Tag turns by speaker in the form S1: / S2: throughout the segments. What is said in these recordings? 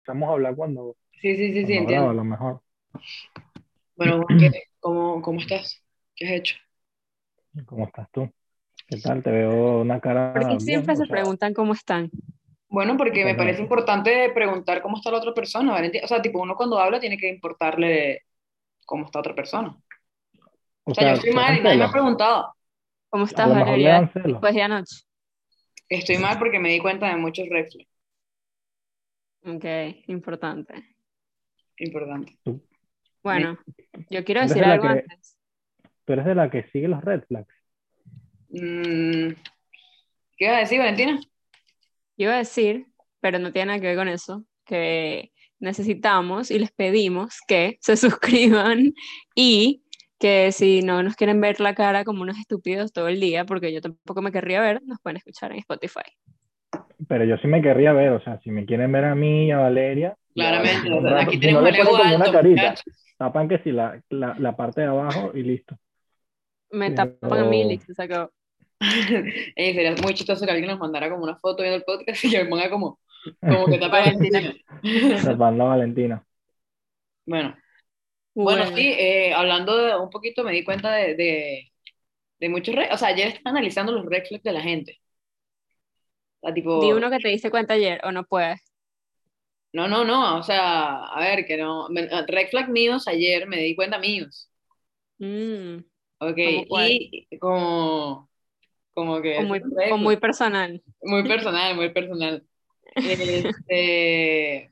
S1: Estamos a hablar cuando.
S2: Sí, sí, sí, sí,
S1: cuando grabo,
S2: entiendo.
S1: a lo mejor.
S2: Bueno, Juan, ¿qué- ¿cómo, cómo estás? ¿Qué has hecho?
S1: ¿Cómo estás tú? ¿Qué tal? Te veo una cara.
S3: Porque
S1: Ah, bien,
S3: siempre
S1: o
S3: se
S1: sea,
S3: preguntan cómo están.
S2: Bueno, porque me
S1: Ajá.
S2: parece importante preguntar cómo está la otra persona. ¿vale? Enti- O sea, tipo, uno cuando habla tiene que importarle cómo está otra persona.
S1: O
S2: O sea,
S1: sea,
S2: yo estoy
S1: te
S2: mal y
S1: dan
S2: nadie me ha
S1: celos.
S2: preguntado.
S3: ¿Cómo
S1: A
S3: estás,
S1: lo mejor le
S3: Valeria?
S1: dan celos.
S3: Después de anoche.
S2: Estoy mal porque me di cuenta de muchos reflejos.
S3: Ok, importante.
S2: Importante.
S3: Bueno, yo quiero
S1: Entonces
S3: decir
S1: la
S3: algo
S1: que-
S3: antes.
S1: Tú eres de la que sigue los red flags.
S2: Mm, ¿Qué ibas a decir, Valentina?
S3: Yo iba a decir, pero no tiene nada que ver con eso, que necesitamos y les pedimos que se suscriban y que si no nos quieren ver la cara como unos estúpidos todo el día, porque yo tampoco me querría ver, nos pueden escuchar en Spotify.
S1: Pero yo sí me querría ver, o sea, si me quieren ver a mí y a Valeria.
S2: Claramente,
S1: ya,
S2: o sea,
S1: un rato.
S2: aquí
S1: Si
S2: tenemos
S1: no le
S2: el ego
S1: ponen como una
S2: alto,
S1: carita.
S2: muchachos.
S1: Tapan que si la, la, la parte de abajo y listo.
S3: Me
S1: Pero-
S3: tapan a mí y listo, se acabó.
S2: Ey, sería muy chistoso que alguien nos mandara como una foto viendo el podcast y que me ponga como, como que tapa Valentina.
S1: Tapando a Valentina.
S2: Bueno,
S3: Bueno,
S2: bueno, sí, eh, hablando de- un poquito me di cuenta de, de, de muchos red, o sea, ayer estaba analizando los red flags de la gente. O sea, tipo,
S3: Di uno que te diste cuenta ayer, o no puedes.
S2: no, no, no, o sea, a ver, que no, me- ah, red flag míos ayer me di cuenta míos,
S3: Mm,
S2: ok,
S3: ¿Cómo cuál?
S2: y como, como que
S3: o muy,
S2: red
S3: o
S2: flag.
S3: muy personal.
S2: Muy personal, muy personal. Este,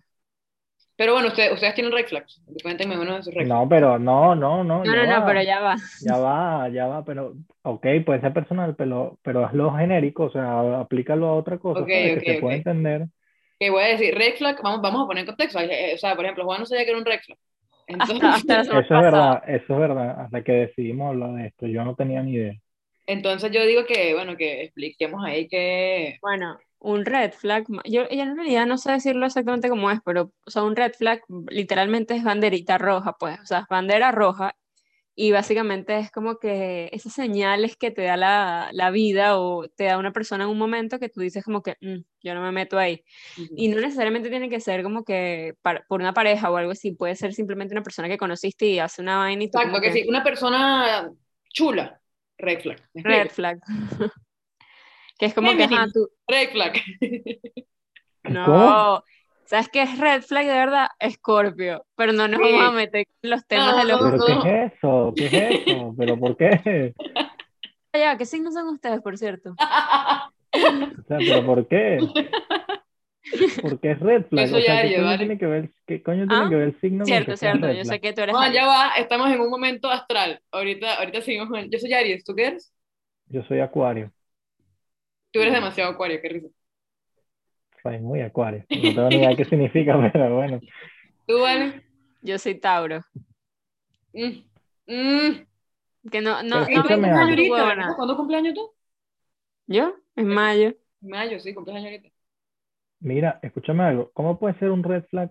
S2: Pero bueno, ustedes, ustedes tienen red flags. Cuéntenme uno de sus red flags.
S1: No, pero no, no, no.
S3: No,
S1: ya
S3: no, no,
S1: va.
S3: pero ya va.
S1: Ya va, ya va, pero, ok, puede ser personal, pero, pero hazlo genérico, o sea, aplícalo a otra cosa,
S2: Ok,
S1: ¿sabes?
S2: ok,
S1: que se puede
S2: ok.
S1: entender.
S2: Que voy a decir, red flag, vamos, vamos a poner en contexto. Eh, O sea, por ejemplo, Juan no sabía que era un red flag. Entonces,
S3: Hasta, hasta la
S1: Eso
S3: semana
S1: es
S3: pasada.
S1: verdad, eso es verdad, hasta que decidimos hablar de esto, yo no tenía ni idea.
S2: entonces yo digo que, bueno, que expliquemos ahí que...
S3: Bueno, un red flag, ma- yo, yo en realidad no sé decirlo exactamente cómo es, pero o sea, un red flag literalmente es banderita roja, pues, o sea, es bandera roja y básicamente es como que esas señales que te da la, la vida o te da una persona en un momento que tú dices como que "Mm, yo no me meto ahí. Y no necesariamente tiene que ser como que par- por una pareja o algo así, puede ser simplemente una persona que conociste y hace una vaina y tú
S2: Exacto,
S3: como
S2: que
S3: que,
S2: sí, una persona chula, red flag. ¿me explico?
S3: red flag. que es como que, ajá,
S2: Feminine.
S3: tú,
S2: Red flag.
S3: No,
S1: ¿Cómo?
S3: ¿sabes qué es red flag de verdad? Escorpio, pero no nos vamos a
S2: Sí.
S3: meter en los temas de
S2: No,
S3: los...
S1: ¿Pero qué
S2: no.
S1: es eso? ¿Qué es eso? ¿Pero por qué?
S3: Ya, ¿qué signos son ustedes, por cierto?
S1: Ah, O sea, ¿pero por qué? ¿Por qué es red flag?
S2: Yo
S1: O
S2: soy
S1: sea, ¿qué
S2: Aries,
S1: coño
S2: ¿vale?
S1: tiene que ver, qué coño
S3: Ah,
S1: tiene que ver el signo con
S3: Cierto,
S1: que sea un
S3: cierto,
S1: red
S3: yo
S1: flag?
S3: sé que tú eres
S2: Juan,
S3: Aries.
S2: ya va, estamos en un momento astral. Ahorita, ahorita seguimos con... Yo soy Aries, ¿tú qué eres?
S1: Yo soy acuario,
S2: Tú eres demasiado acuario, qué risa.
S1: soy muy acuario, no tengo ni idea qué significa, pero bueno.
S2: ¿Tú, Vale?
S3: Yo soy Tauro.
S2: Mm. Mm.
S3: Que no, no,
S1: Pero
S3: no me
S1: escúchame algo.
S3: digas tu
S2: Ahorita,
S3: huevona.
S2: ¿verdad? ¿Cuándo cumpleaños tú?
S3: ¿Yo? En mayo.
S2: Mayo, sí, cumpleaños ahorita.
S1: Mira, escúchame algo. ¿Cómo puede ser un red flag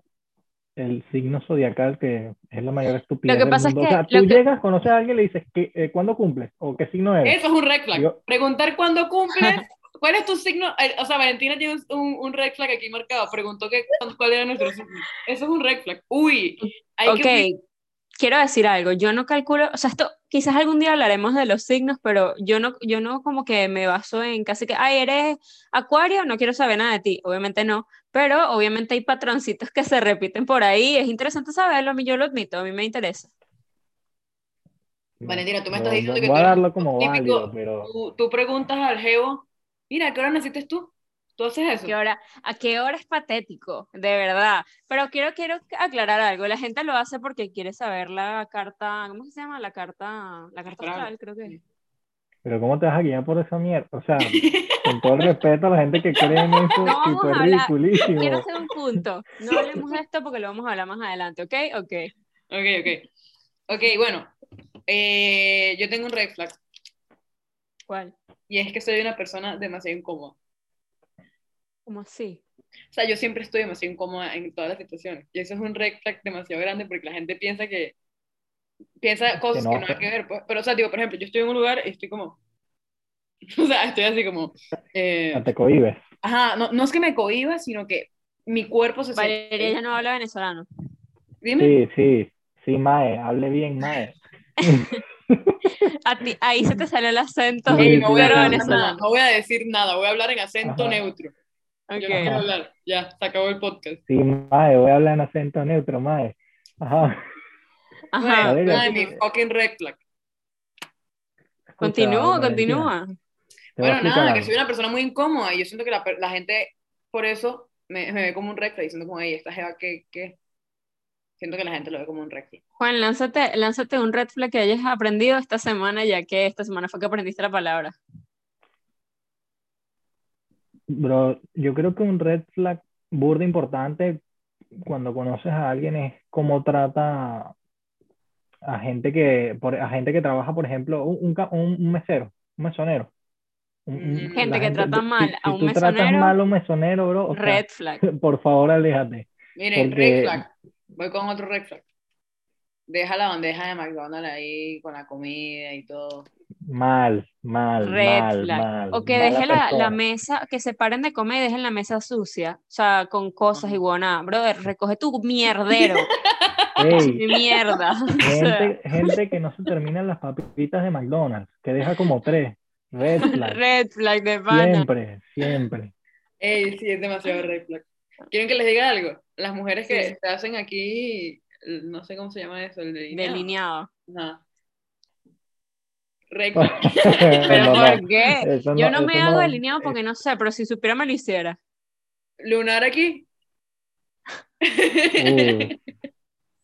S1: el signo zodiacal que es la mayor estupidez
S3: Lo que
S1: del
S3: pasa es
S1: mundo? O
S3: que-
S1: sea,
S3: lo
S1: tú
S3: que-
S1: llegas, conoces a alguien y le dices, ¿qué, eh, ¿cuándo cumples? ¿O qué signo eres?
S2: Eso es un red flag.
S1: Yo-
S2: Preguntar cuándo cumples. ¿Cuál es tu signo? Eh, O sea, Valentina tiene un, un red flag aquí marcado. Preguntó que, cuál era nuestro signo. Eso es un red flag. Uy, hay
S3: Ok,
S2: que...
S3: quiero decir algo, yo no calculo, o sea, esto quizás algún día hablaremos de los signos, pero yo no, yo no como que me baso en casi que, ay, eres acuario, no quiero saber nada de ti, obviamente no, pero obviamente hay patroncitos que se repiten por ahí, es interesante saberlo, a mí yo lo admito, a mí me interesa.
S2: Valentina, tú
S1: No,
S2: me estás
S1: no,
S2: diciendo
S1: voy
S2: que tú
S1: a
S2: eres
S1: darlo como
S2: típico-
S1: válido, pero
S2: Tú, tú preguntas al jevo, mira, ¿a qué hora naciste tú? ¿Tú haces eso?
S3: ¿Qué hora, ¿A qué hora es patético? De verdad. Pero quiero, quiero aclarar algo. La gente lo hace porque quiere saber la carta, ¿cómo se llama? La carta, la carta
S2: Astral.
S3: astral, creo que. es.
S1: pero ¿cómo te vas a guiar por esa mierda? O sea, con todo el respeto a la gente que cree en eso,
S3: No vamos
S1: tipo, es
S3: a hablar.
S1: ridiculísimo.
S3: Quiero hacer un punto. No hablemos de esto porque lo vamos a hablar más adelante, ¿ok? Ok.
S2: Ok, ok. Ok, bueno. Eh, yo tengo un red flag.
S3: ¿Cuál?
S2: Y es que soy una persona demasiado incómoda.
S3: ¿Cómo así?
S2: O sea, yo siempre estoy demasiado incómoda en todas las situaciones. Y eso es un red flag demasiado grande porque la gente piensa que. Piensa cosas
S1: no,
S2: que no hay
S1: pero-
S2: que ver. pues. Pero, o sea, digo, por ejemplo, yo estoy en un lugar y estoy como. O sea, estoy así como. eh,
S1: Ya te cohibes.
S2: ajá, no, no es que me cohiba, sino que mi cuerpo se siente.
S3: Valeria ya no habla venezolano.
S2: Dime.
S1: Sí, sí, sí, Mae, hable bien, Mae.
S3: A ti, ahí se te salió el acento.
S1: Sí,
S2: Ey, no, voy a
S1: claro,
S3: pero
S2: hablar
S1: eso.
S2: nada,
S3: venezolano.
S2: no voy a decir nada, voy a hablar en acento
S1: Ajá.
S2: neutro. Yo no
S3: Ok.
S2: quiero hablar. Ya, se acabó el podcast.
S1: Sí, Mae, voy a hablar en acento neutro, Mae. Ajá.
S3: Ajá.
S1: Valeria,
S2: Ay, mi fucking red flag.
S1: Escucha,
S3: Continúa,
S1: Valentina,
S3: continúa.
S1: te voy a
S2: Bueno,
S1: explicar
S2: nada, que
S1: algo.
S2: soy una persona muy incómoda y yo siento que la, per- la gente, por eso, me, me ve como un red flag, diciendo como, ey, esta jeva que, que... Siento que la gente lo ve como un red flag.
S3: Juan, lánzate, lánzate un red flag que hayas aprendido esta semana, ya que esta semana fue que aprendiste la palabra.
S1: Bro, yo creo que un red flag burda importante cuando conoces a alguien es cómo trata a gente que, por, a gente que trabaja, por ejemplo, un, un ca- un- un mesero, un mesonero. Un- un-
S2: Gente
S1: la
S3: que trata mal
S1: si,
S3: a
S1: si
S3: un
S1: tú tratas
S3: mesonero,
S1: mal a un mesonero, bro, o sea,
S3: Red flag.
S1: por favor, aléjate.
S2: Miren,
S1: Porque-
S2: red flag. Voy con otro red flag. Deja la bandeja de McDonald's ahí con la comida y todo.
S1: Mal, mal,
S3: Red
S1: mal,
S3: flag.
S1: mal,
S3: O que
S1: mala
S3: deje la, la
S1: persona.
S3: mesa, que se paren de comer y dejen la mesa sucia, o sea, con cosas y guaná. Brother, recoge tu mierdero,
S1: Ey,
S3: mi mierda. O sea,
S1: gente, gente que no se terminan las papitas de McDonald's, que deja como tres. Red flag.
S3: red flag de pana.
S1: Siempre, siempre.
S2: Ey, sí, es demasiado red flag. ¿Quieren que les diga algo? Las mujeres que
S3: Sí.
S2: se hacen aquí, el- no sé cómo se llama eso, el delineado.
S3: Delineado.
S2: Ajá. Red flag.
S3: ¿Pero
S1: Pero
S3: por qué?
S1: eso
S3: Yo
S1: no-
S3: no me
S1: eso
S3: hago
S1: no- Eh,
S3: delineado porque no sé, pero si supiera me lo hiciera.
S2: Lunar aquí.
S1: uh.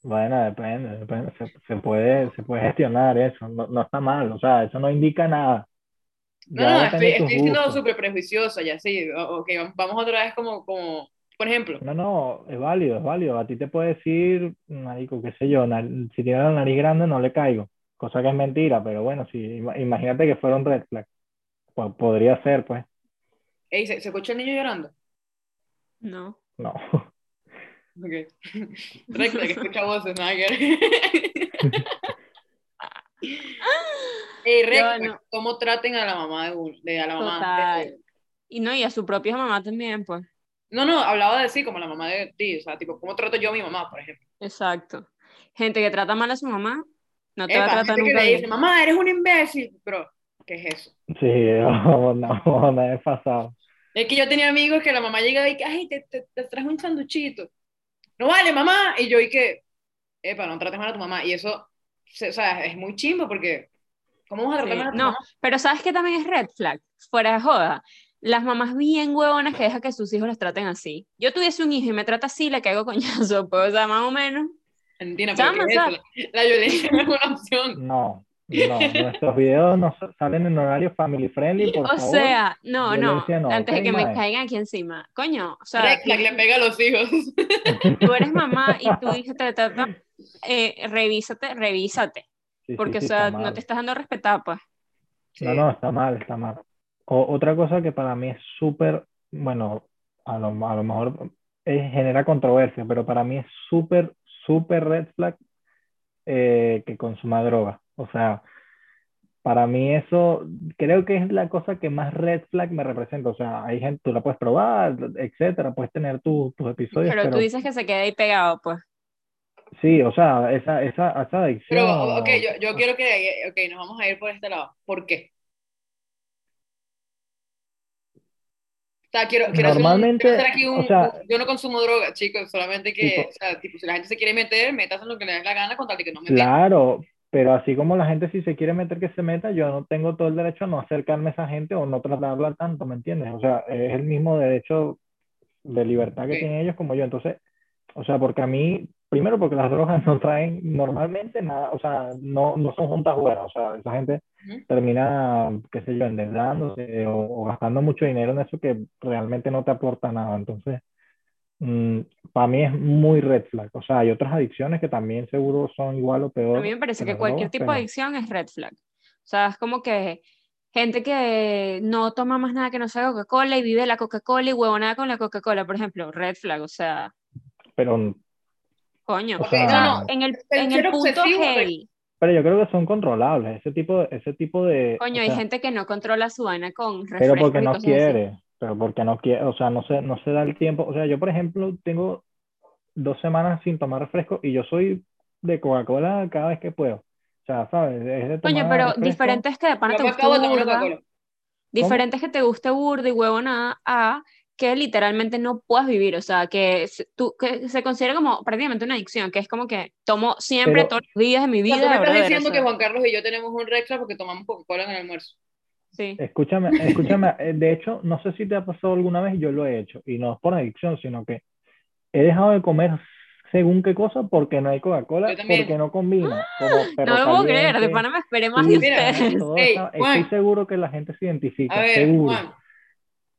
S1: Bueno, depende, depende. Se, se puede, se puede gestionar eso, no, no está mal, o sea, eso no indica nada.
S2: No,
S1: Ya
S2: no,
S1: depende
S2: estoy,
S1: de tus
S2: estoy siendo
S1: gustos.
S2: súper prejuiciosa, ya sí. O- Ok, vam- vamos otra vez como, como, por ejemplo,
S1: No, no, es válido, es válido. A ti te puede decir, marico, qué sé yo, nar- si tiene la nariz grande no le caigo, cosa que es mentira, pero bueno, si ima- imagínate que fuera un red flag, pues podría ser, pues,
S2: ey, ¿se, se escucha el niño llorando?
S3: No.
S1: no.
S2: Ok. Red flag, escucha voces, nada que ver. Ey, red
S3: Yo
S2: flag,
S3: no.
S2: ¿cómo traten a la mamá de, uno- de- a la mamá? eh.
S3: Total.
S2: de-
S3: Y no, y a su propia mamá también, pues.
S2: no, no, hablaba de sí, como la mamá de ti, o sea, tipo, ¿cómo trato yo a mi mamá, por ejemplo?
S3: Exacto. Gente que trata mal a su mamá, no te va
S2: Epa,
S3: a tratar
S2: gente que
S3: nunca
S2: le
S3: bien.
S2: dice, mamá, eres un imbécil, pero, ¿qué es eso?
S1: Sí, no, no, no, es pasado.
S2: Es que yo tenía amigos que la mamá llegaba y que, ay, te, te, te traje un sanduchito. No vale, mamá. Y yo y que, epa, no trates mal a tu mamá. Y eso, se- o sea, es muy chimbo porque, ¿cómo vas a tratar
S3: Sí,
S2: mal a tu
S3: no.
S2: mamá?
S3: Pero ¿sabes qué también es red flag? Fuera de joda. Las mamás bien huevonas que dejan que sus hijos las traten así. Yo tuviese un hijo y me trata así, le caigo coñazo, pues, o sea, más o menos.
S2: Valentina, pero
S3: Chama,
S2: ¿qué es
S3: o sea-
S2: eso? la, la violencia no es una opción.
S1: No, no, nuestros videos no sa- salen en horario family friendly, por
S3: O
S1: favor.
S3: sea, no, no,
S1: violencia no,
S3: Antes de
S1: ok,
S3: que me
S1: mae.
S3: caigan aquí encima. Coño, o sea,
S2: Red flag le pega a los hijos.
S3: tú eres mamá y tu hija te trata, eh, revísate, revísate.
S1: Sí, sí,
S3: Porque,
S1: sí,
S3: o sea,
S1: está
S3: no
S1: mal.
S3: te estás dando respetar, pues.
S1: No, no, está mal, está mal. O- otra cosa que para mí es súper, bueno, a lo, a lo mejor eh, genera controversia, pero para mí es súper, súper red flag eh, que consuma droga. O sea, para mí eso creo que es la cosa que más red flag me representa. O sea, hay gente, tú la puedes probar, etcétera, puedes tener tu- tus episodios,
S3: Pero tú
S1: pero
S3: dices que se queda ahí pegado, pues.
S1: sí, o sea, esa, esa, esa adicción.
S2: Pero, ok, yo, yo quiero que, ok, nos vamos a ir por este lado. ¿Por qué? O sea, quiero, quiero hacer un-
S1: Normalmente,
S2: quiero hacer aquí un-
S1: o sea-
S2: yo no consumo droga, chicos, solamente que,
S1: Tipo-
S2: o sea, tipo, si la gente se quiere meter, metas en lo que le dé la gana con tal de que no me metan.
S1: Claro, pero así como la gente si se quiere meter que se meta, yo no tengo todo el derecho a no acercarme a esa gente o no tratarla tanto, ¿me entiendes? O sea, es el mismo derecho de libertad que
S2: Ok.
S1: tienen ellos como yo. Entonces, o sea, porque a mí, primero porque las drogas no traen normalmente nada, o sea, no, no son juntas buenas, o sea, esa gente
S2: Ujú.
S1: termina, qué sé yo, endeudándose o, o gastando mucho dinero en eso que realmente no te aporta nada. Entonces, mm, para mí es muy red flag. O sea, hay otras adicciones que también seguro son igual o peor.
S3: A mí me parece
S1: que
S3: que
S1: las
S3: cualquier
S1: drogas,
S3: tipo
S1: pero-
S3: de adicción es red flag. O sea, es como que gente que no toma más nada que no sea Coca-Cola y vive de la Coca-Cola y huevonada con la Coca-Cola, por ejemplo, red flag, o sea,
S1: Pero,
S3: coño.
S1: O
S3: O sea,
S1: sea,
S3: no, no, en el, en el
S2: ser
S3: punto
S2: obsesivo,
S3: heavy,
S1: pero yo creo que son controlables. Ese tipo, ese tipo de.
S3: coño,
S1: o
S3: hay
S1: sea,
S3: gente que no controla su vaina con refrescos
S1: pero porque
S3: y
S1: no
S3: cosas así.
S1: quiere. pero porque no quiere, o sea, no se, no se da el tiempo. O sea, yo, por ejemplo, tengo dos semanas sin tomar refresco y yo soy de Coca-Cola cada vez que puedo. O sea, ¿sabes? Es de tomar
S3: Oye, pero
S1: refresco.
S3: diferentes que de pana
S2: Yo
S3: te
S2: me
S3: guste
S2: acabo de tomar una
S3: burda,
S2: Coca-Cola.
S3: diferentes que te guste burda y huevonada a que literalmente no puedas vivir, o sea, que se, tú, que se considera como prácticamente una adicción, que es como que tomo siempre
S1: Pero-
S3: todos los días de mi
S2: O sea,
S3: vida.
S2: tú me estás
S3: brother,
S2: diciendo
S3: o
S2: que
S3: sea,
S2: Juan Carlos y yo tenemos un extra porque tomamos Coca-Cola en el almuerzo.
S3: sí.
S1: Escúchame, escúchame, eh, de hecho, no sé si te ha pasado alguna vez, yo lo he hecho, y no es por adicción, sino que he dejado de comer según qué cosa porque no hay Coca-Cola,
S2: Yo también.
S1: porque no combina. como
S3: ¡Ah! No
S1: perro
S3: lo puedo
S1: caliente,
S3: creer, de pana me esperé más de
S1: pizza,
S2: Mira,
S3: ustedes.
S1: todo
S2: Ey,
S1: eso.
S2: Juan.
S1: Estoy seguro que la gente se identifica,
S2: A ver,
S1: seguro.
S2: Juan,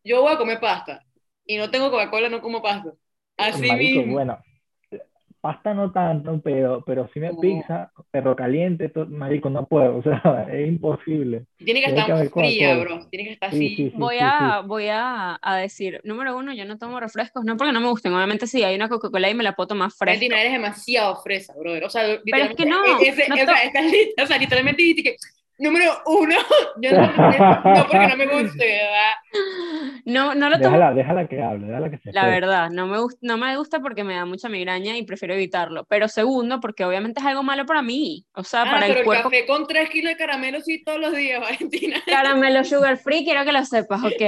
S2: yo voy a comer pasta y no tengo Coca-Cola, no como pasta. Así
S1: Marico,
S2: mismo.
S1: bueno, pasta no tanto, pero, pero si me
S2: No.
S1: pizza, perro caliente, to- marico, no puedo, o sea, es imposible.
S2: Tiene que
S1: Tiene que
S2: estar
S1: haber
S2: fría,
S1: Coca-Cola.
S2: bro. Tiene que estar
S1: Sí,
S2: así.
S1: sí, sí,
S3: Voy
S1: sí,
S3: a, voy a, a decir, número uno, yo no tomo refrescos, no porque no me gusten, obviamente sí, hay una Coca-Cola y me la puedo tomar fresca.
S2: Valentina, eres demasiado fresa, brother. O sea,
S3: Pero es que no,
S2: literalmente, e-, ese-
S3: no
S2: o, sea, estás li- o sea, literalmente dijiste que, número uno, yo no, no porque no me guste, ¿verdad?
S3: Ah, No, no
S1: sí.
S3: lo tomo
S1: Déjala, déjala que hable, déjala que se
S3: La
S1: exprese.
S3: verdad, no me, gust- no me gusta porque me da mucha migraña y prefiero evitarlo. Pero segundo, porque obviamente es algo malo para mí. O sea,
S2: Ah,
S3: para
S2: pero
S3: el
S2: el
S3: cuerpo.
S2: café con tres kilos de caramelo sí todos los días, Valentina.
S3: Caramelo sugar free, quiero que lo sepas, ok.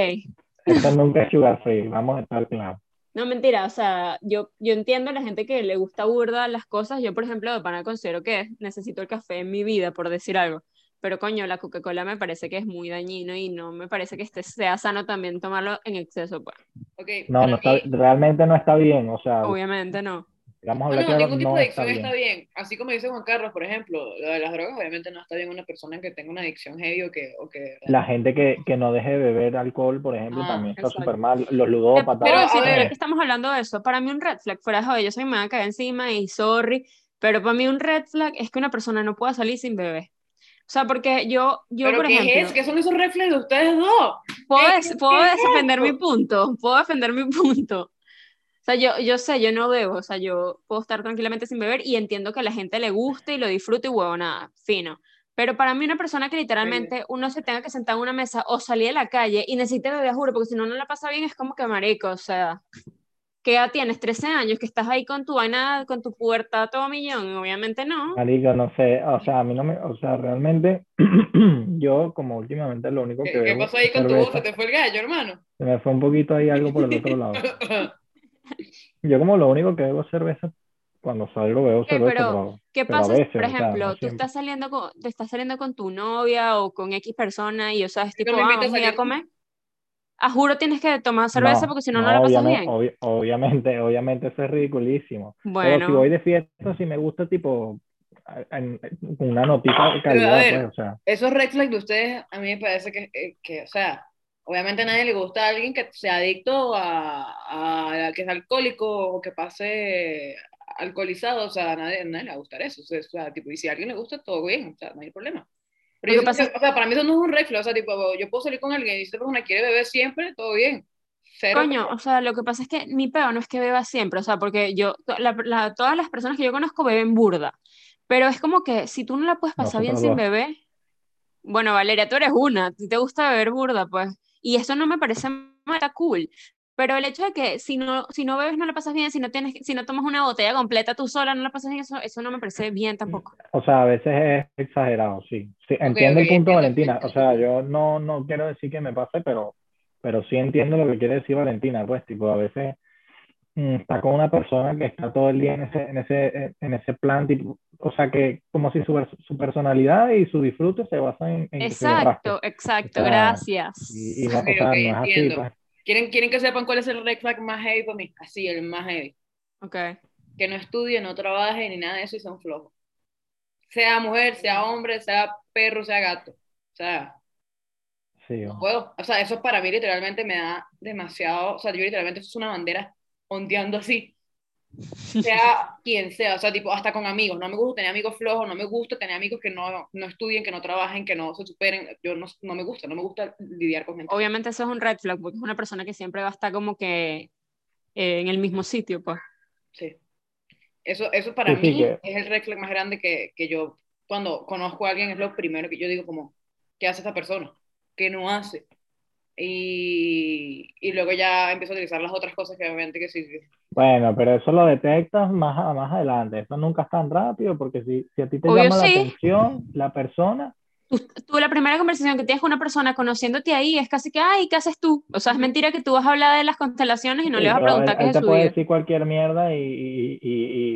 S1: Esto nunca es sugar free, vamos a estar claros.
S3: No, mentira, o sea, yo, yo entiendo a la gente que le gusta burda las cosas. Yo, por ejemplo, de pana considero que necesito el café en mi vida, por decir algo. Pero coño, la Coca-Cola me parece que es muy dañino y no me parece que este sea sano también tomarlo en exceso, pues.
S2: Ok,
S1: No,
S2: para
S1: no está,
S2: mí,
S1: realmente no está bien, o sea,
S3: Obviamente no.
S1: vamos a
S2: No,
S1: hablar
S2: no,
S1: claro,
S2: ningún tipo
S1: no
S2: de
S1: está
S2: adicción
S1: bien.
S2: está bien. Así como dice Juan Carlos, por ejemplo, lo de las drogas, obviamente no está bien una persona que tenga una adicción heavy o que... O que
S1: La gente que, que no deje de beber alcohol, por ejemplo,
S3: Ah,
S1: también está
S3: exacto.
S1: súper mal. Los
S3: Te
S1: ludópatas.
S3: puedo
S2: Pero,
S1: ¿sabes?
S3: decir,
S2: a
S3: ya
S2: ver.
S3: que estamos hablando de eso, para mí un red flag, fuera de joder, yo soy me van a caer encima y sorry, pero para mí un red flag es que una persona no pueda salir sin bebé. O sea, porque yo, yo
S2: ¿Pero
S3: por
S2: qué
S3: ejemplo,
S2: es? ¿Qué son esos reflejos de ustedes dos?
S3: puedo,
S2: ¿Qué-
S3: des-
S2: qué-
S3: puedo
S2: qué es
S3: defender mi
S2: eso?
S3: punto, puedo defender mi punto. O sea, yo, yo sé, yo no bebo, o sea, yo puedo estar tranquilamente sin beber y entiendo que a la gente le guste y lo disfrute y huevo, nada, fino. Pero para mí una persona que literalmente uno se tenga que sentar en una mesa o salir a la calle y necesite beber, juro, porque si no, no la pasa bien, es como que marico, o sea, que ya tienes 13 años, que estás ahí con tu vaina, con tu puerta todo millón, obviamente no.
S1: Marico, no sé, o sea, a mí no me, o sea, realmente, yo como últimamente lo único
S2: ¿Qué,
S1: que
S2: qué
S1: bebo
S2: pasó ahí
S1: es
S2: con tu voz?
S1: cerveza.
S2: ¿Se te fue el gallo, hermano?
S1: Se me fue un poquito ahí algo por el otro lado. Yo como lo único que bebo es cerveza, cuando salgo bebo
S3: Ok,
S1: cerveza,
S3: pero,
S1: pero
S3: ¿Qué
S1: Pero a
S3: pasa, si, por
S1: veces, o sea, no
S3: ejemplo, tú
S1: siempre.
S3: estás saliendo con, te estás saliendo con tu novia o con X persona y, o sea, es
S2: Pero
S3: tipo,
S2: me
S3: ah,
S2: invitas a
S3: vamos a ir a
S2: salir".
S3: comer? A juro tienes que tomar cerveza porque si no, no, la pasas
S1: obviamente,
S3: bien.
S1: obvi- obviamente, obviamente eso es ridiculísimo. Pero si
S3: Bueno,
S1: voy de fiesta, si me gusta, tipo, a- a- una notita de
S2: Pero, a
S1: calidad,
S2: ver.
S1: pues, o sea,
S2: Esos red flags de ustedes, a mí me parece que, eh, que, o sea, obviamente a nadie le gusta a alguien que sea adicto a, a que es alcohólico o que pase alcoholizado, o sea, a nadie, a nadie le va a gustar eso, o sea, o sea, tipo, y si a alguien le gusta, todo bien, o sea, no hay problema. Pero
S3: Lo
S2: yo
S3: que
S2: siento que, o sea, para mí eso no es un red flag, o sea, tipo, yo puedo salir con alguien y si esa persona quiere beber siempre, todo bien. Cero.
S3: coño, o sea, lo que pasa es que mi peo no es que beba siempre, o sea, porque yo, to- la- la- todas las personas que yo conozco beben burda, pero es como que si tú no la puedes pasar bien sin
S1: Nosotros
S3: beber, bueno, Valeria, tú eres una, a ti te gusta beber burda, pues, y eso no me parece mal, está cool. Pero el hecho de que si no, si no bebes no la pasas bien, si no tienes, si no tomas una botella completa tú sola, no la pasas bien, eso, eso no me parece bien tampoco.
S1: o sea, a veces es exagerado, sí. Sí, entiendo
S2: ok,
S1: el punto,
S2: entiendo,
S1: Valentina. O
S2: entiendo.
S1: sea, yo no, no quiero decir que me pase, pero, pero sí entiendo lo que quiere decir Valentina, pues, tipo, a veces mm, está con una persona que está todo el día en ese, en ese, en ese plan, tipo, o sea, que como si su, su personalidad y su disfrute se basan en, en que se rasque.
S3: Exacto, exacto,
S1: O sea,
S3: gracias.
S1: Y, y no, o
S2: Ok,
S1: sea, no
S2: ok,
S1: es así,
S2: entiendo.
S1: pues.
S2: ¿Quieren, quieren que sepan cuál es el red flag más heavy para mí? Así, el más heavy.
S3: Ok.
S2: que no estudie, no trabaje ni nada de eso y son flojos. Sea mujer, sea hombre, sea perro, sea gato. O sea,
S1: Sí,
S2: no puedo. O sea, eso para mí literalmente me da demasiado. O sea, yo literalmente eso es una bandera ondeando así. Sea quien sea, o sea, tipo, hasta con amigos. No me gusta tener amigos flojos, no me gusta tener amigos que no, no estudien, que no trabajen, que no se superen. Yo no, no me gusta, no me gusta lidiar con gente.
S3: Obviamente eso es un red flag, porque es una persona que siempre va a estar como que eh, en el mismo sitio, pues.
S2: Sí. Eso, eso para
S1: Sí, sí,
S2: mí
S1: que-
S2: es el red flag más grande que, que yo, cuando conozco a alguien, es lo primero que yo digo como, ¿qué hace esta persona? ¿Qué no hace? Y, y luego ya empiezo a utilizar las otras cosas que obviamente que sí. sí.
S1: Bueno, pero eso lo detectas más, a- más adelante. Eso nunca es tan rápido porque si, si a ti te
S3: Obvio,
S1: llama la
S3: sí.
S1: atención la persona,
S3: Tú, tú la primera conversación que tienes con una persona conociéndote ahí es casi que, ay, ¿qué haces tú? O sea, es mentira que tú vas a hablar de las constelaciones y no
S1: sí,
S3: le vas a
S1: pero
S3: preguntar
S1: él,
S3: qué
S1: él
S3: es
S1: te
S3: de su
S1: puede
S3: vida.
S1: decir cualquier mierda y, y, y,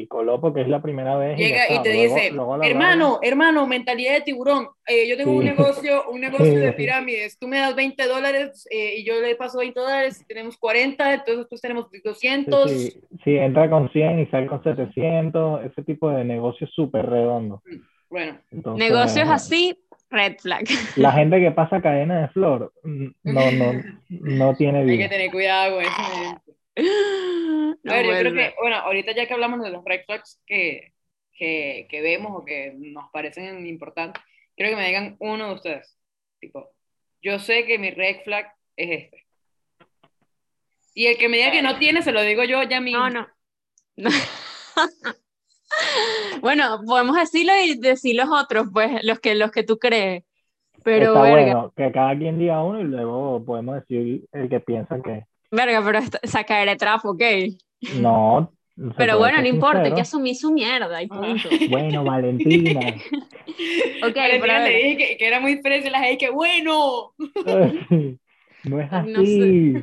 S1: y coló porque es la primera vez. y ya
S2: Llega y
S1: está.
S2: te
S1: Luego-
S2: dice,
S1: luego la
S2: hermano, hermano, mentalidad de tiburón. eh, yo tengo un
S1: Sí.
S2: negocio, un negocio de
S1: Sí.
S2: pirámides. Tú me das 20 dólares eh, y yo le paso 20 dólares. Tenemos 40, entonces después tenemos 200.
S1: hablamos. Sí, sí, sí, entra con 100 y sale con 700, ese tipo de negocio es súper redondo.
S2: Bueno,
S1: Entonces,
S3: Negocios así, red flag.
S1: La gente que pasa cadena de flor mm, no, no, no tiene
S2: hay que
S1: vida.
S2: tener cuidado con eso. eh.
S3: No
S2: a ver, yo creo
S3: vuelve.
S2: que, bueno, ahorita ya que hablamos de los red flags que, que, que vemos o que nos parecen importantes, creo que me digan uno de ustedes. Tipo, yo sé que mi red flag es este. Y el que me diga que no tiene, se lo digo yo ya mismo.
S3: No, no. bueno, podemos decirlo y decir los otros, pues, los que, los que tú crees. Pero,
S1: Está
S3: verga,
S1: bueno que cada quien diga uno y luego podemos decir el que piensa que
S3: verga, pero esta- sacar de trapo, ok.
S1: no. se puede
S3: Pero bueno,
S1: ser
S3: no importa, hay
S1: sincero.
S3: que asumir su mierda y punto.
S1: Bueno, Valentina.
S3: Ok,
S2: Valentina
S3: pero a
S2: le
S3: ver,
S2: dije que, que era muy fresa y las dije que bueno.
S1: no es
S3: Ay, no
S1: así.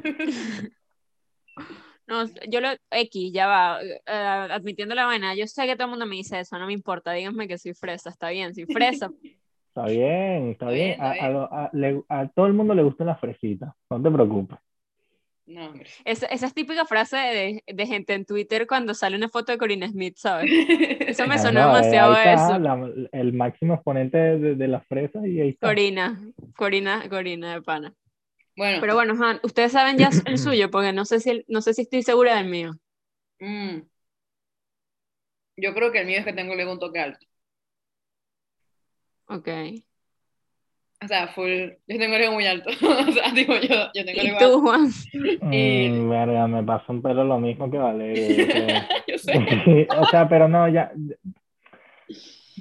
S3: no, yo lo, X, ya va, eh, admitiendo la vaina, yo sé que todo el mundo me dice eso, no me importa, díganme que soy fresa, está bien, soy fresa,
S1: Está bien, está
S2: bien,
S1: bien.
S2: está
S1: A,
S2: bien.
S1: a lo- a- le- a todo el mundo le gustan las fresitas. No te preocupes.
S2: No, hombre.
S3: Esa, esa es típica frase de, de gente en Twitter cuando sale una foto de Corinne Smith, ¿sabes? Eso me
S1: Ah,
S3: sonó
S1: no, eh,
S3: demasiado
S1: ahí
S3: a
S1: está
S3: eso.
S1: la- el máximo exponente de, de- de las fresas y ahí está.
S3: Corina, Corina, Corina de pana.
S2: Bueno,
S3: Pero bueno, Han, ustedes saben ya el suyo, porque no sé si, el- no sé si estoy segura del mío.
S2: mm. yo creo que el mío es que tengo luego un toque alto.
S3: Ok.
S2: O sea, full. Yo tengo el ego muy alto. o sea, digo yo, yo tengo el
S3: ¿Y
S2: ego
S3: tú, Juan?
S2: Y-
S1: Mm, verga, me pasa un pelo lo mismo que Valeria. yo creo.
S2: alto. yo sé.
S1: o sea, pero no, ya.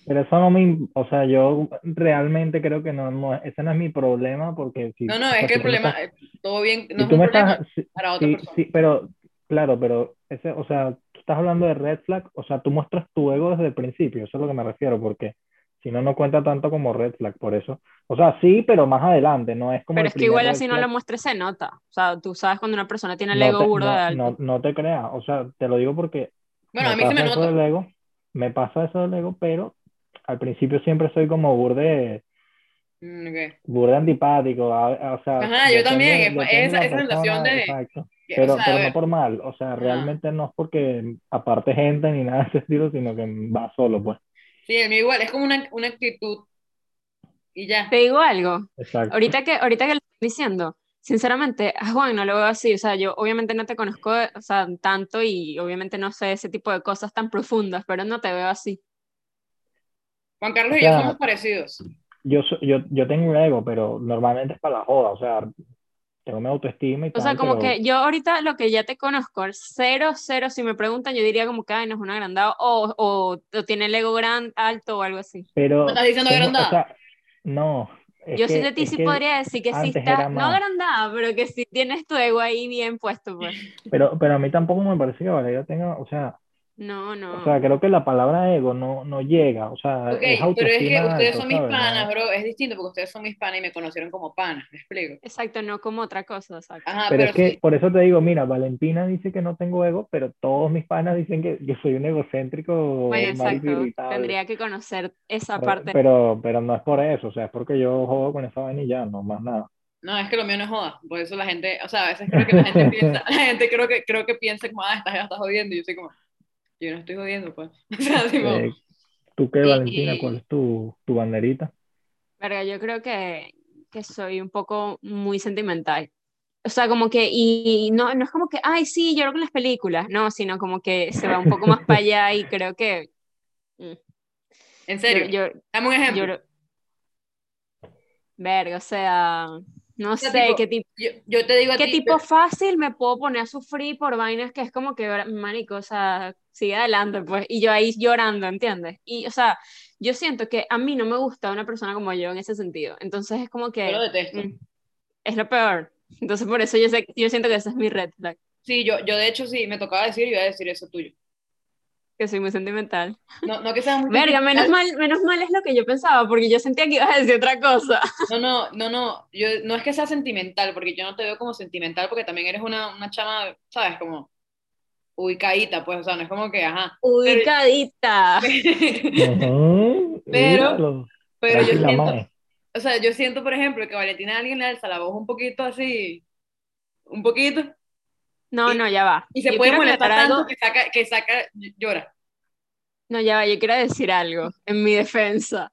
S1: Pero eso no me. im- O sea, yo realmente creo que no, no ese no es mi problema porque. Si,
S2: No, no,
S1: o sea,
S2: es que el
S1: si tú me
S2: problema,
S1: estás-
S2: eh, todo bien, no
S1: si
S2: es
S1: tú
S2: un
S1: me
S2: problema
S1: estás. si-
S2: para otra
S1: Sí,
S2: persona.
S1: sí, pero claro, pero ese, o sea, tú estás hablando de red flag, o sea, tú muestras tu ego desde el principio, eso es lo que me refiero, porque si no, no cuenta tanto como red flag, por eso. O sea, sí, pero más adelante, no es como el
S3: Pero es que igual
S1: primer
S3: así
S1: red
S3: no lo
S1: flag.
S3: muestres, se nota. O sea, tú sabes cuando una persona tiene el
S1: No
S3: ego
S1: te-
S3: burda
S1: no-
S3: de alto.
S1: no- no te creas, o sea, te lo digo porque
S2: Bueno,
S1: me
S2: a mí se me
S1: pasa eso
S2: nota.
S1: del ego, me pasa eso del ego, pero al principio siempre soy como burde,
S2: Mm, ok.
S1: burde antipático, a- a- o sea,
S2: Ajá, yo
S1: depende-
S2: también, es-
S1: depende de
S2: esa-
S1: la
S2: esa relación
S1: persona,
S2: de-
S1: exacto.
S2: Que,
S1: Pero,
S2: o sea,
S1: pero
S2: a ver,
S1: no por mal, o sea, realmente no es porque aparte gente ni nada de ese estilo, sino que va solo, pues.
S2: sí, el mío igual, es como una, una actitud y ya.
S3: Te digo algo.
S1: Exacto.
S3: Ahorita que, ahorita que lo estoy diciendo, sinceramente, a Juan no lo veo así. O sea, yo obviamente no te conozco, o sea, tanto y obviamente no sé ese tipo de cosas tan profundas, pero no te veo así.
S2: Juan Carlos y
S1: Claro.
S2: yo somos parecidos.
S1: Yo, so- yo, yo tengo un ego, pero normalmente es para la joda, o sea, tengo mi autoestima y
S3: O
S1: tal,
S3: sea, como
S1: pero
S3: que yo ahorita lo que ya te conozco, cero, cero, si me preguntan, yo diría como que ay, no es un agrandado o, o, o tiene el ego gran, alto o algo así.
S1: pero
S2: ¿Me estás diciendo
S1: tengo-
S2: agrandada?
S1: o sea, no, es
S3: yo
S1: que-
S3: sí de ti
S1: es
S3: sí
S1: que-
S3: podría decir que sí
S1: antes
S3: está,
S1: era
S3: no
S1: más.
S3: agrandada, pero que sí tienes tu ego ahí bien puesto, pues.
S1: pero, pero a mí tampoco me parece que Valeria tenga, o sea,
S3: No,
S1: o
S3: no.
S1: sea, creo que la palabra ego no, no llega, o sea, es
S2: Ok, pero es que
S1: autoestima
S2: ustedes
S1: alto,
S2: son mis
S1: ¿sabes?
S2: panas, bro. Es distinto porque ustedes son mis panas y me conocieron como panas, me explico.
S3: Exacto, no como otra cosa, exacto.
S2: Ajá,
S1: Pero
S2: Ah, pero,
S1: es que
S2: sí.
S1: por eso te digo, mira, Valentina dice que no tengo ego, pero todos mis panas dicen que yo soy un egocéntrico
S3: Bueno,
S1: mal
S3: exacto.
S1: irritable.
S3: Tendría que conocer esa
S1: Pero-
S3: parte.
S1: Pero, pero no es por eso, o sea, es porque yo juego con esa vaina y ya, no más nada.
S2: No, es que lo mío no es joda. Por eso la gente, o sea, a veces creo que la gente piensa, la gente creo que, creo que piensa como, ah, estás, estás jodiendo. Y yo soy como, yo no estoy jodiendo, pues. O sea, tipo,
S1: Eh, ¿tú qué,
S2: Y-
S1: Valentina? ¿Cuál es tu, tu banderita?
S3: Verga, yo creo que, que soy un poco muy sentimental. O sea, como que, y no, no es como que, ay, sí, lloro con las películas, no, sino como que se va un poco más para allá y creo que...
S2: en serio.
S3: Yo, yo-
S2: Dame un ejemplo.
S3: lloro- Verga, o sea, no
S2: sea,
S3: sé
S2: tipo,
S3: qué, tipo,
S2: Yo, yo te digo a
S3: qué
S2: ti,
S3: tipo fácil me puedo poner a sufrir por vainas que es como que, manico, o sea, sigue adelante, pues, y yo ahí llorando, ¿entiendes? Y, o sea, yo siento que a mí no me gusta una persona como yo en ese sentido, entonces es como que...
S2: yo lo detesto.
S3: Mm. Es lo peor. Entonces por eso yo, sé- yo siento que esa es mi red flag,
S2: Sí, yo, yo de hecho sí, me tocaba decir, yo iba a decir eso tuyo.
S3: que soy muy sentimental.
S2: No, no que seas muy...
S3: Verga, menos mal, menos mal es lo que yo pensaba, porque yo sentía que ibas a decir otra cosa.
S2: No, no, no, no, yo, no es que sea sentimental, porque yo no te veo como sentimental, porque también eres una, una chama, ¿sabes? Como ubicadita, pues, o sea, no es como que, ajá.
S3: Ubicadita.
S1: Ujú,
S2: Pero-
S1: míralo.
S2: Pero yo
S1: Tranquila,
S2: siento,
S1: mae.
S2: o sea, yo siento, por ejemplo, que Valentina a alguien le alza la voz un poquito así, un poquito,
S3: No, no, ya va.
S2: y se
S3: Yo
S2: puede
S3: quiero
S2: molestar
S3: aclarar
S2: tanto
S3: algo-
S2: que saca, que saca, llora.
S3: No, ya va, yo quiero decir algo en mi defensa.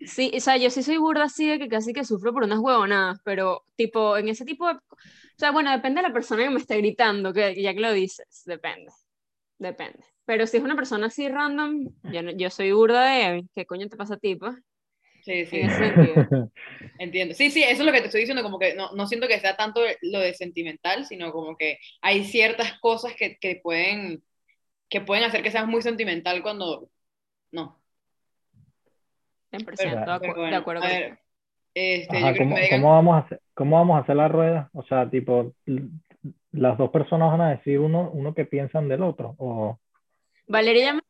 S3: Sí, o sea, yo sí soy burda así de que casi que sufro por unas huevonadas, pero tipo, en ese tipo de... O sea, bueno, depende de la persona que me esté gritando, que ya que lo dices, depende, depende. Pero si es una persona así random, yo, no- yo soy burda de... ¿Qué coño te pasa a ti, pues?
S2: Sí, sí,
S3: En ese sentido.
S2: entiendo. Sí, sí, eso es lo que te estoy diciendo, como que no, no siento que sea tanto lo de sentimental, sino como que hay ciertas cosas que, que pueden, que pueden hacer que seas muy sentimental cuando, no.
S3: 100% de,
S1: Pero
S3: acu- de
S2: bueno,
S3: acuerdo
S2: a
S3: con
S2: ver, este,
S1: Ajá,
S2: yo creo que
S1: ¿cómo,
S2: me digan-
S1: cómo vamos a hacer, ¿Cómo vamos a hacer la rueda? O sea, tipo, l- las dos personas van a decir uno, uno que piensan del otro. O,
S3: Valeria, ya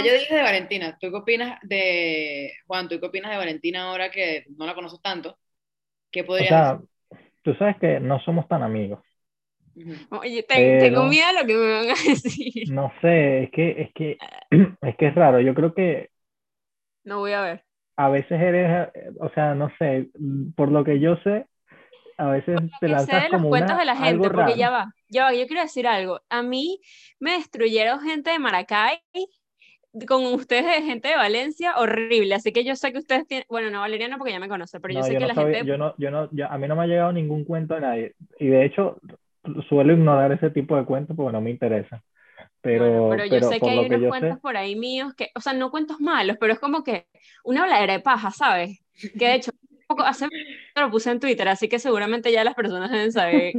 S2: Ya yo dije de Valentina, ¿tú qué opinas de, Juan, tú qué opinas de Valentina ahora que no la conoces tanto? ¿Qué
S1: o
S2: podrías
S1: sea, tú sabes que no somos tan amigos.
S2: decir? Ujú.
S3: me- oye, te- tengo
S1: Pero-
S3: miedo a lo que me van a decir.
S1: No sé, es que, es que, es que es raro. Yo creo que
S3: No voy a ver.
S1: a veces eres, eh, o sea, no sé, por lo que yo sé, a veces te
S3: que sé
S1: lanzas
S3: de los
S1: como
S3: cuentos
S1: una,
S3: de la
S1: algo
S3: gente, porque
S1: raro.
S3: ya va, ya va, yo quiero decir algo. A mí me destruyeron gente de Maracay, con ustedes de gente de Valencia, horrible. Así que yo sé que ustedes tienen, bueno, no Valeria no porque ya me conoce, pero yo
S1: No,
S3: sé
S1: yo
S3: que
S1: no
S3: la
S1: sabía-
S3: gente,
S1: yo no, yo no, yo- a mí no me ha llegado ningún cuento de nadie. Y de hecho, suelo ignorar ese tipo de cuentos porque no me interesa. Pero,
S3: Bueno, pero, yo
S1: pero
S3: sé que
S1: por
S3: hay
S1: lo que
S3: unos
S1: yo
S3: cuentos
S1: sé,
S3: por ahí míos que, o sea, no cuentos malos, pero es como que una habladera de paja, ¿sabes? Que de hecho, un poco, hace lo puse en Twitter, así que seguramente ya las personas deben saber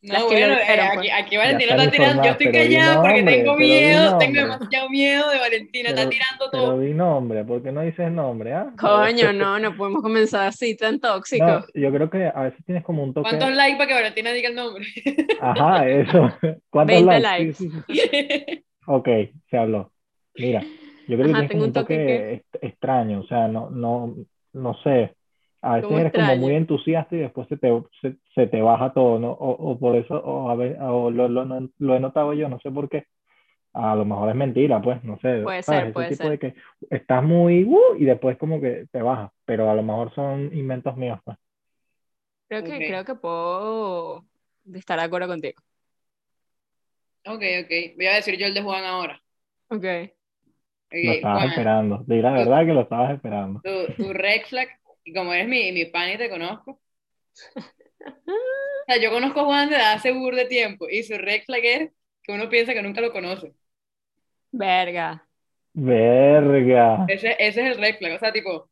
S2: No,
S3: Las que
S2: bueno,
S3: lo dijeron,
S2: eh,
S3: pues.
S2: aquí, aquí Valentina
S1: Ya
S2: está
S1: están
S2: tirando, yo
S1: informadas,
S2: estoy
S1: pero di
S2: callada porque
S1: nombre,
S2: tengo
S1: pero di
S2: miedo, tengo
S1: nombre.
S2: demasiado miedo de Valentina, está
S1: Pero-
S2: tirando todo.
S1: pero di nombre, ¿por qué no dices nombre? ah?
S3: Coño, no, no podemos comenzar así tan tóxico.
S1: No, yo creo que a veces tienes como un toque.
S2: ¿Cuántos likes para que Valentina diga el nombre?
S1: Ajá, eso. ¿Cuántos likes?
S3: 20 likes.
S1: Sí, sí, sí. Ok, se habló. Mira, yo creo que
S3: Ajá,
S1: tienes
S3: tengo
S1: como
S3: un
S1: un toque,
S3: toque
S1: est- extraño, o sea, no, no, no sé. A veces
S3: Como
S1: eres como
S3: extraño.
S1: muy entusiasta y después se te, se, se te baja todo, ¿no? O, o por eso, o, a ver, o lo, lo- no- lo he notado yo, no sé por qué. A lo mejor es mentira, pues, no sé.
S3: Puede
S1: ¿sabes?
S3: ser,
S1: Ese
S3: puede
S1: tipo
S3: ser.
S1: de que estás muy, uh, y después como que te baja, pero a lo mejor son inventos míos, pues.
S3: Creo que,
S2: Ok.
S3: creo que puedo estar de acuerdo contigo.
S2: Ok, ok, voy a decir yo el de Juan ahora.
S3: Ok.
S2: Ok,
S1: Lo estabas
S2: Juan,
S1: esperando. Di la verdad que lo estabas esperando.
S2: tu, tu red flag, y como eres mi, mi pan y te conozco. O sea, yo conozco a Juan desde hace burda de tiempo y su red flag es que uno piensa que nunca lo conoce.
S3: Verga.
S1: Verga.
S2: Ese, ese es el red flag, o sea, tipo,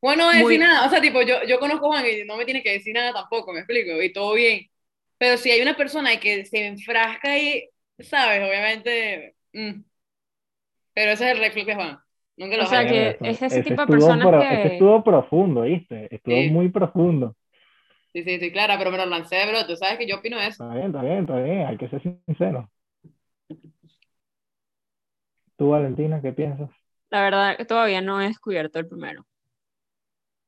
S2: Juan no va a decir
S3: Muy-
S2: nada, o sea, tipo, yo, yo conozco a Juan y no me tiene que decir nada tampoco, me explico, y todo bien. Pero si hay una persona que se enfrasca y, ¿sabes? Obviamente, mm. pero ese es el red flag de Juan, nunca lo
S3: O
S2: vas a
S3: sea,
S2: ver.
S3: que
S1: Eso,
S3: es ese tipo de
S1: estuvo
S3: personas
S1: pro-
S3: que-
S1: ese estuvo profundo, ¿viste? Estuvo
S2: Sí.
S1: muy profundo.
S2: Sí, sí, sí, claro, pero me lo lancé, bro, tú sabes que yo opino eso.
S1: Está bien, está bien, está bien. Hay que ser sincero. Tú, Valentina, ¿qué piensas?
S3: La verdad que todavía no he descubierto el primero.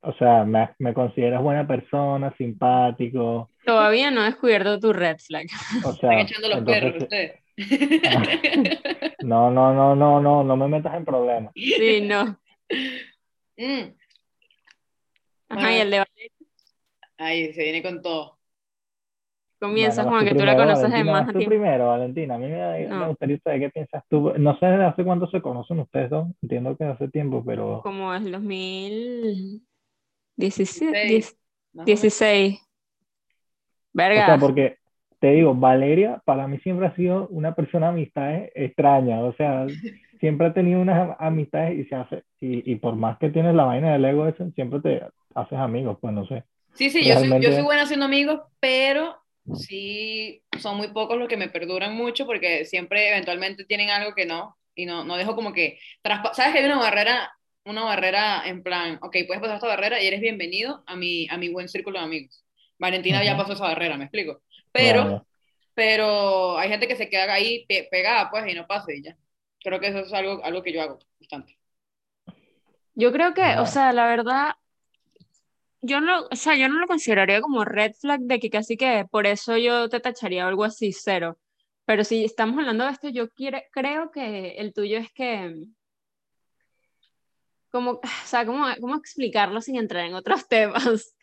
S1: O sea, me, me consideras buena persona, simpático.
S3: Todavía no he descubierto tu red flag.
S1: O
S2: Están
S1: sea,
S2: echando los
S1: entonces-
S2: perros ustedes.
S3: Ah.
S1: no, no, no, no, no, no me metas en problemas.
S3: Sí, no.
S2: Mm.
S3: Ajá, y el de Valeria
S2: Ahí se viene con todo.
S3: comienza,
S1: Bueno, vas
S3: Juan,
S1: tú
S3: que tú la
S1: primero,
S3: conoces de
S1: Valentina,
S3: más
S1: vas
S3: a
S1: tú
S3: tiempo.
S1: primero, Valentina. A mí me,
S3: No.
S1: me gustaría saber qué piensas tú. No sé desde hace cuánto se conocen ustedes dos. Entiendo que hace tiempo, pero
S3: Como es 2017, 16.
S2: Dieciséis. Más o menos.
S3: 16.
S1: O
S3: Verga.
S1: sea, porque te digo, Valeria para mí siempre ha sido una persona de amistades extraña, o sea, siempre ha tenido unas am- amistades y se hace, y, y por más que tienes la vaina del ego eso, siempre te haces amigos, pues no sé.
S2: Sí, sí, yo soy, yo
S1: Realmente-
S2: soy buena haciendo amigos, pero sí son muy pocos los que me perduran mucho porque siempre eventualmente tienen algo que no, y no, no dejo como que, traspa- sabes que hay una barrera, una barrera en plan, ok, puedes pasar esta barrera y eres bienvenido a mi, a mi buen círculo de amigos. Valentina ya
S1: Ujú.
S2: pasó esa barrera, me explico. Pero,
S1: Claro.
S2: pero hay gente que se queda ahí pe- pegada, pues, y no pasa y ya. Creo que eso es algo, algo que yo hago bastante.
S3: Yo creo que,
S1: Claro.
S3: o sea, la verdad, yo no, o sea, yo no lo consideraría como red flag de que casi que por eso yo te tacharía o algo así, cero. Pero si estamos hablando de esto, yo quiere- creo que el tuyo es que, como, o sea, ¿cómo, cómo explicarlo sin entrar en otros temas?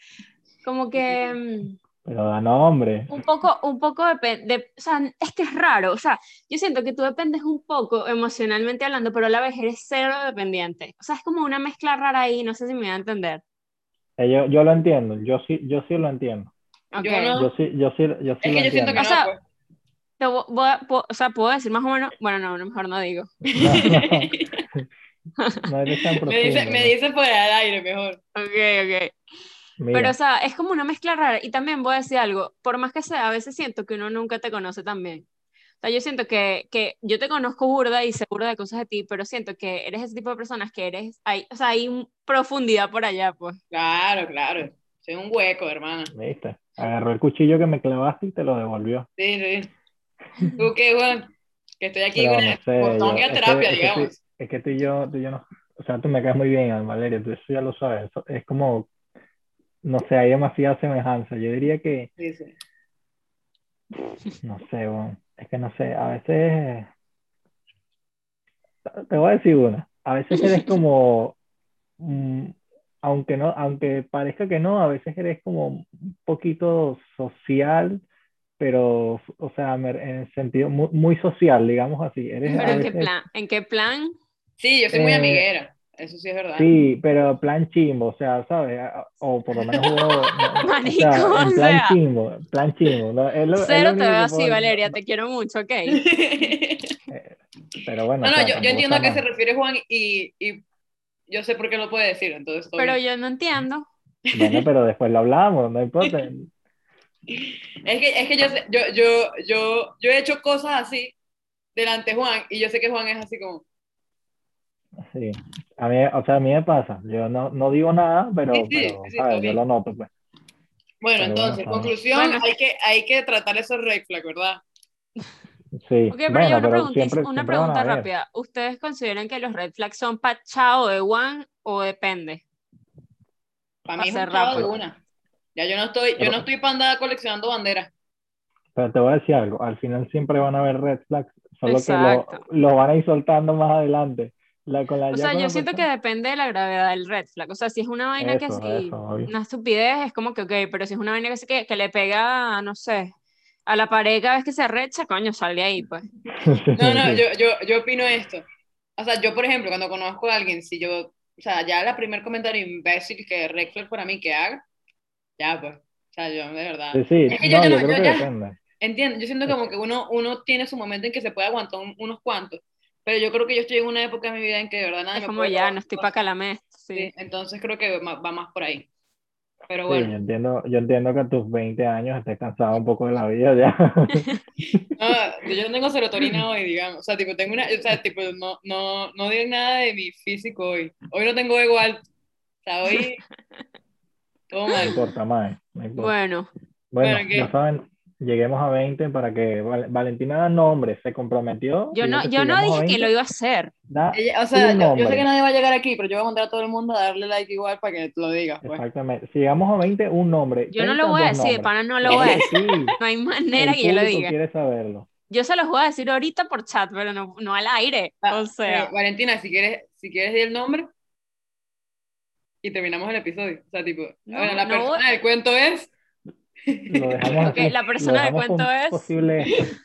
S3: Como que... mm,
S1: Pero da nombre.
S3: un poco, un poco depende, o sea, es que es raro, o sea, yo siento que tú dependes un poco emocionalmente hablando, pero a la vez eres cero dependiente. O sea, es como una mezcla rara ahí, no sé si me voy a entender.
S1: Eh, Yo, yo lo entiendo, yo sí, yo sí lo entiendo.
S3: Ok.
S2: Yo no-
S1: Yo sí, yo sí, yo sí
S2: Es
S1: lo
S2: que yo siento que
S1: entiendo.
S3: O sea,
S2: no, pues.
S3: Te vo- voy a- po- o sea, puedo decir más o menos, bueno, no, no, mejor no digo.
S1: No eres tan
S2: pues. me, dice,
S1: Ah, profundo.
S2: me dice fuera del aire mejor.
S3: Ok, ok.
S1: Mira,
S3: Pero, o sea, es como una mezcla rara. Y también voy a decir algo, por más que sea, a veces siento que uno nunca te conoce tan bien. O sea, yo siento que, que yo te conozco burda y seguro de cosas de ti, pero siento que eres ese tipo de personas que eres, hay, o sea, hay un- profundidad por allá, pues.
S2: Claro, claro. Soy un hueco, hermana.
S1: ¿viste? Agarró el cuchillo que me clavaste y te lo devolvió.
S2: Sí, sí. ¿Tú qué, Juan? Que estoy aquí
S1: Pero
S2: con
S1: no
S2: el-
S1: sé,
S2: con
S1: yo-
S2: Tony
S1: es
S2: a
S1: que- es
S2: terapia,
S1: que
S2: digamos.
S1: sí, Es que tú y yo, tú y yo no, o sea, tú me caes muy bien, Ana Valeria, tú eso ya lo sabes. Eso es como, no sé, hay demasiada semejanza. Yo diría que,
S2: Sí, sí.
S1: no sé, bueno, es que no sé, a veces, te voy a decir una, a veces eres como, mm, aunque no, aunque parezca que no, a veces eres como un poquito social, pero, o sea, me- en el sentido muy, muy social, digamos así. Eres a
S3: Pero en qué
S1: veces-
S3: plan, en qué plan,
S2: Sí, yo soy muy
S1: Eh,
S2: amiguera. Eso sí es verdad.
S1: Sí, pero plan chimbo, o sea, ¿sabes? A- O por lo menos hubo- no, o
S3: Marico,
S1: sea, en
S3: o
S1: plan
S3: sea.
S1: chimbo, plan chimbo. ¿no? Es lo- es lo
S3: cero te
S1: único que
S3: veo así,
S1: puedo-
S3: Valeria, te quiero mucho, ok.
S2: no,
S1: Pero bueno, o
S2: no,
S1: sea,
S2: yo, yo
S1: tampoco
S2: entiendo a
S1: está
S2: qué se
S1: mal.
S2: refiere Juan y, y yo sé por qué lo puede decir, entonces todo
S3: Pero
S2: bien.
S3: yo no entiendo.
S1: Bueno, pero después lo hablamos, no importa.
S2: Es que, es que yo, sé- yo, yo, yo, yo he hecho cosas así delante de Juan y yo sé que Juan es así como,
S1: Sí. A mí, o sea, a mí me pasa. Yo no, no digo nada, pero,
S2: Sí, sí,
S1: pero,
S2: sí,
S1: ¿sabes?
S2: está
S1: Yo
S2: bien.
S1: lo noto, pues.
S2: bueno,
S1: Pero bueno,
S2: entonces,
S1: está bien.
S2: conclusión,
S3: Bueno.
S2: hay, que, hay que tratar esos red flags, ¿verdad?
S1: Sí.
S3: Ok, pero
S1: Bueno,
S3: yo una,
S1: pero
S3: pregunti-
S1: siempre- siempre
S3: una
S1: van a
S3: pregunta
S1: haber.
S3: rápida. ¿Ustedes consideran que los red flags son pa' chao de one o depende?
S2: Para mí es
S3: Hacer
S2: un chavo de
S3: rápido.
S2: una. Ya yo no estoy, yo
S1: Pero-
S2: no estoy para andar coleccionando banderas.
S1: Pero te voy a decir algo, al final siempre van a haber red flags, solo
S3: Exacto.
S1: que lo, lo van a ir soltando más adelante. La, con la,
S3: O
S1: ya
S3: sea,
S1: con
S3: yo
S1: la
S3: siento que
S1: persona-
S3: depende de la gravedad del red flag. O sea, si es una vaina que
S1: Eso,
S3: sí,
S1: eso, obvio.
S3: una estupidez, es como que ok, pero si es una vaina que sí que, que le pega, no sé, a la pared cada vez que se arrecha, coño, sal de ahí, pues.
S2: No, no, yo, yo, yo opino esto. O sea, yo, por ejemplo, cuando conozco a alguien, si yo, o sea, ya la primer comentario imbécil que red flag para mí que haga, ya pues, o sea, yo de verdad.
S1: Sí, sí,
S2: Es que yo
S1: no,
S2: ya
S1: yo
S2: no-
S1: creo
S2: yo
S1: que
S2: ya-
S1: depende.
S2: Entiendo, yo siento como que uno, uno tiene su momento en que se puede aguantar un- unos cuantos, pero yo creo que yo estoy en una época de mi vida en que de verdad nada
S3: Es
S2: me
S3: como
S2: puede
S3: ya,
S2: robar
S3: no estoy
S2: cosas.
S3: para calamés. Sí.
S2: Sí, entonces creo que va, va más por ahí. Pero
S1: Sí,
S2: bueno,
S1: yo entiendo, yo entiendo que a tus 20 años estés cansado un poco de la vida ya.
S2: no, yo no tengo serotonina hoy, digamos. O sea, tipo, tengo una, o sea, tipo, no, no, no digo nada de mi físico hoy. Hoy no tengo ego alto. O sea, hoy todo
S1: No
S2: mal.
S1: importa, más no importa.
S3: Bueno,
S1: Bueno,
S2: bueno, ¿qué?
S1: ya saben, lleguemos a 20 para que Val- Valentina da nombre, se comprometió.
S3: yo
S1: y
S3: no,
S1: que
S3: yo no
S1: lleguemos a
S3: dije que
S1: 20,
S3: lo iba a hacer.
S1: da-
S2: Ella- o sea,
S1: Un
S2: yo, yo sé
S1: hombre.
S2: que nadie va a llegar aquí, pero yo voy a mandar a todo el mundo a darle like igual para que lo digas, pues.
S1: exactamente. Si llegamos a 20, un nombre.
S3: Yo no
S1: 30,
S3: lo voy a
S1: dos
S3: decir, de
S1: nombres. Este
S3: pana no lo voy a decir.
S1: Sí,
S3: No hay manera
S1: el
S3: que yo lo
S1: público
S3: diga.
S1: quiere saberlo.
S3: Yo se los voy a decir ahorita por chat, pero no, no al aire.
S2: Ah,
S3: O sea,
S2: Eh, Valentina, si quieres, si quieres di el nombre y terminamos el episodio. O sea, tipo,
S3: No,
S2: bueno, la
S3: no
S2: persona del cuento es.
S1: Lo dejamos
S3: ok,
S1: así,
S3: la
S1: lo
S3: persona del
S1: dejamos
S3: cuento
S1: con
S3: es.
S1: posible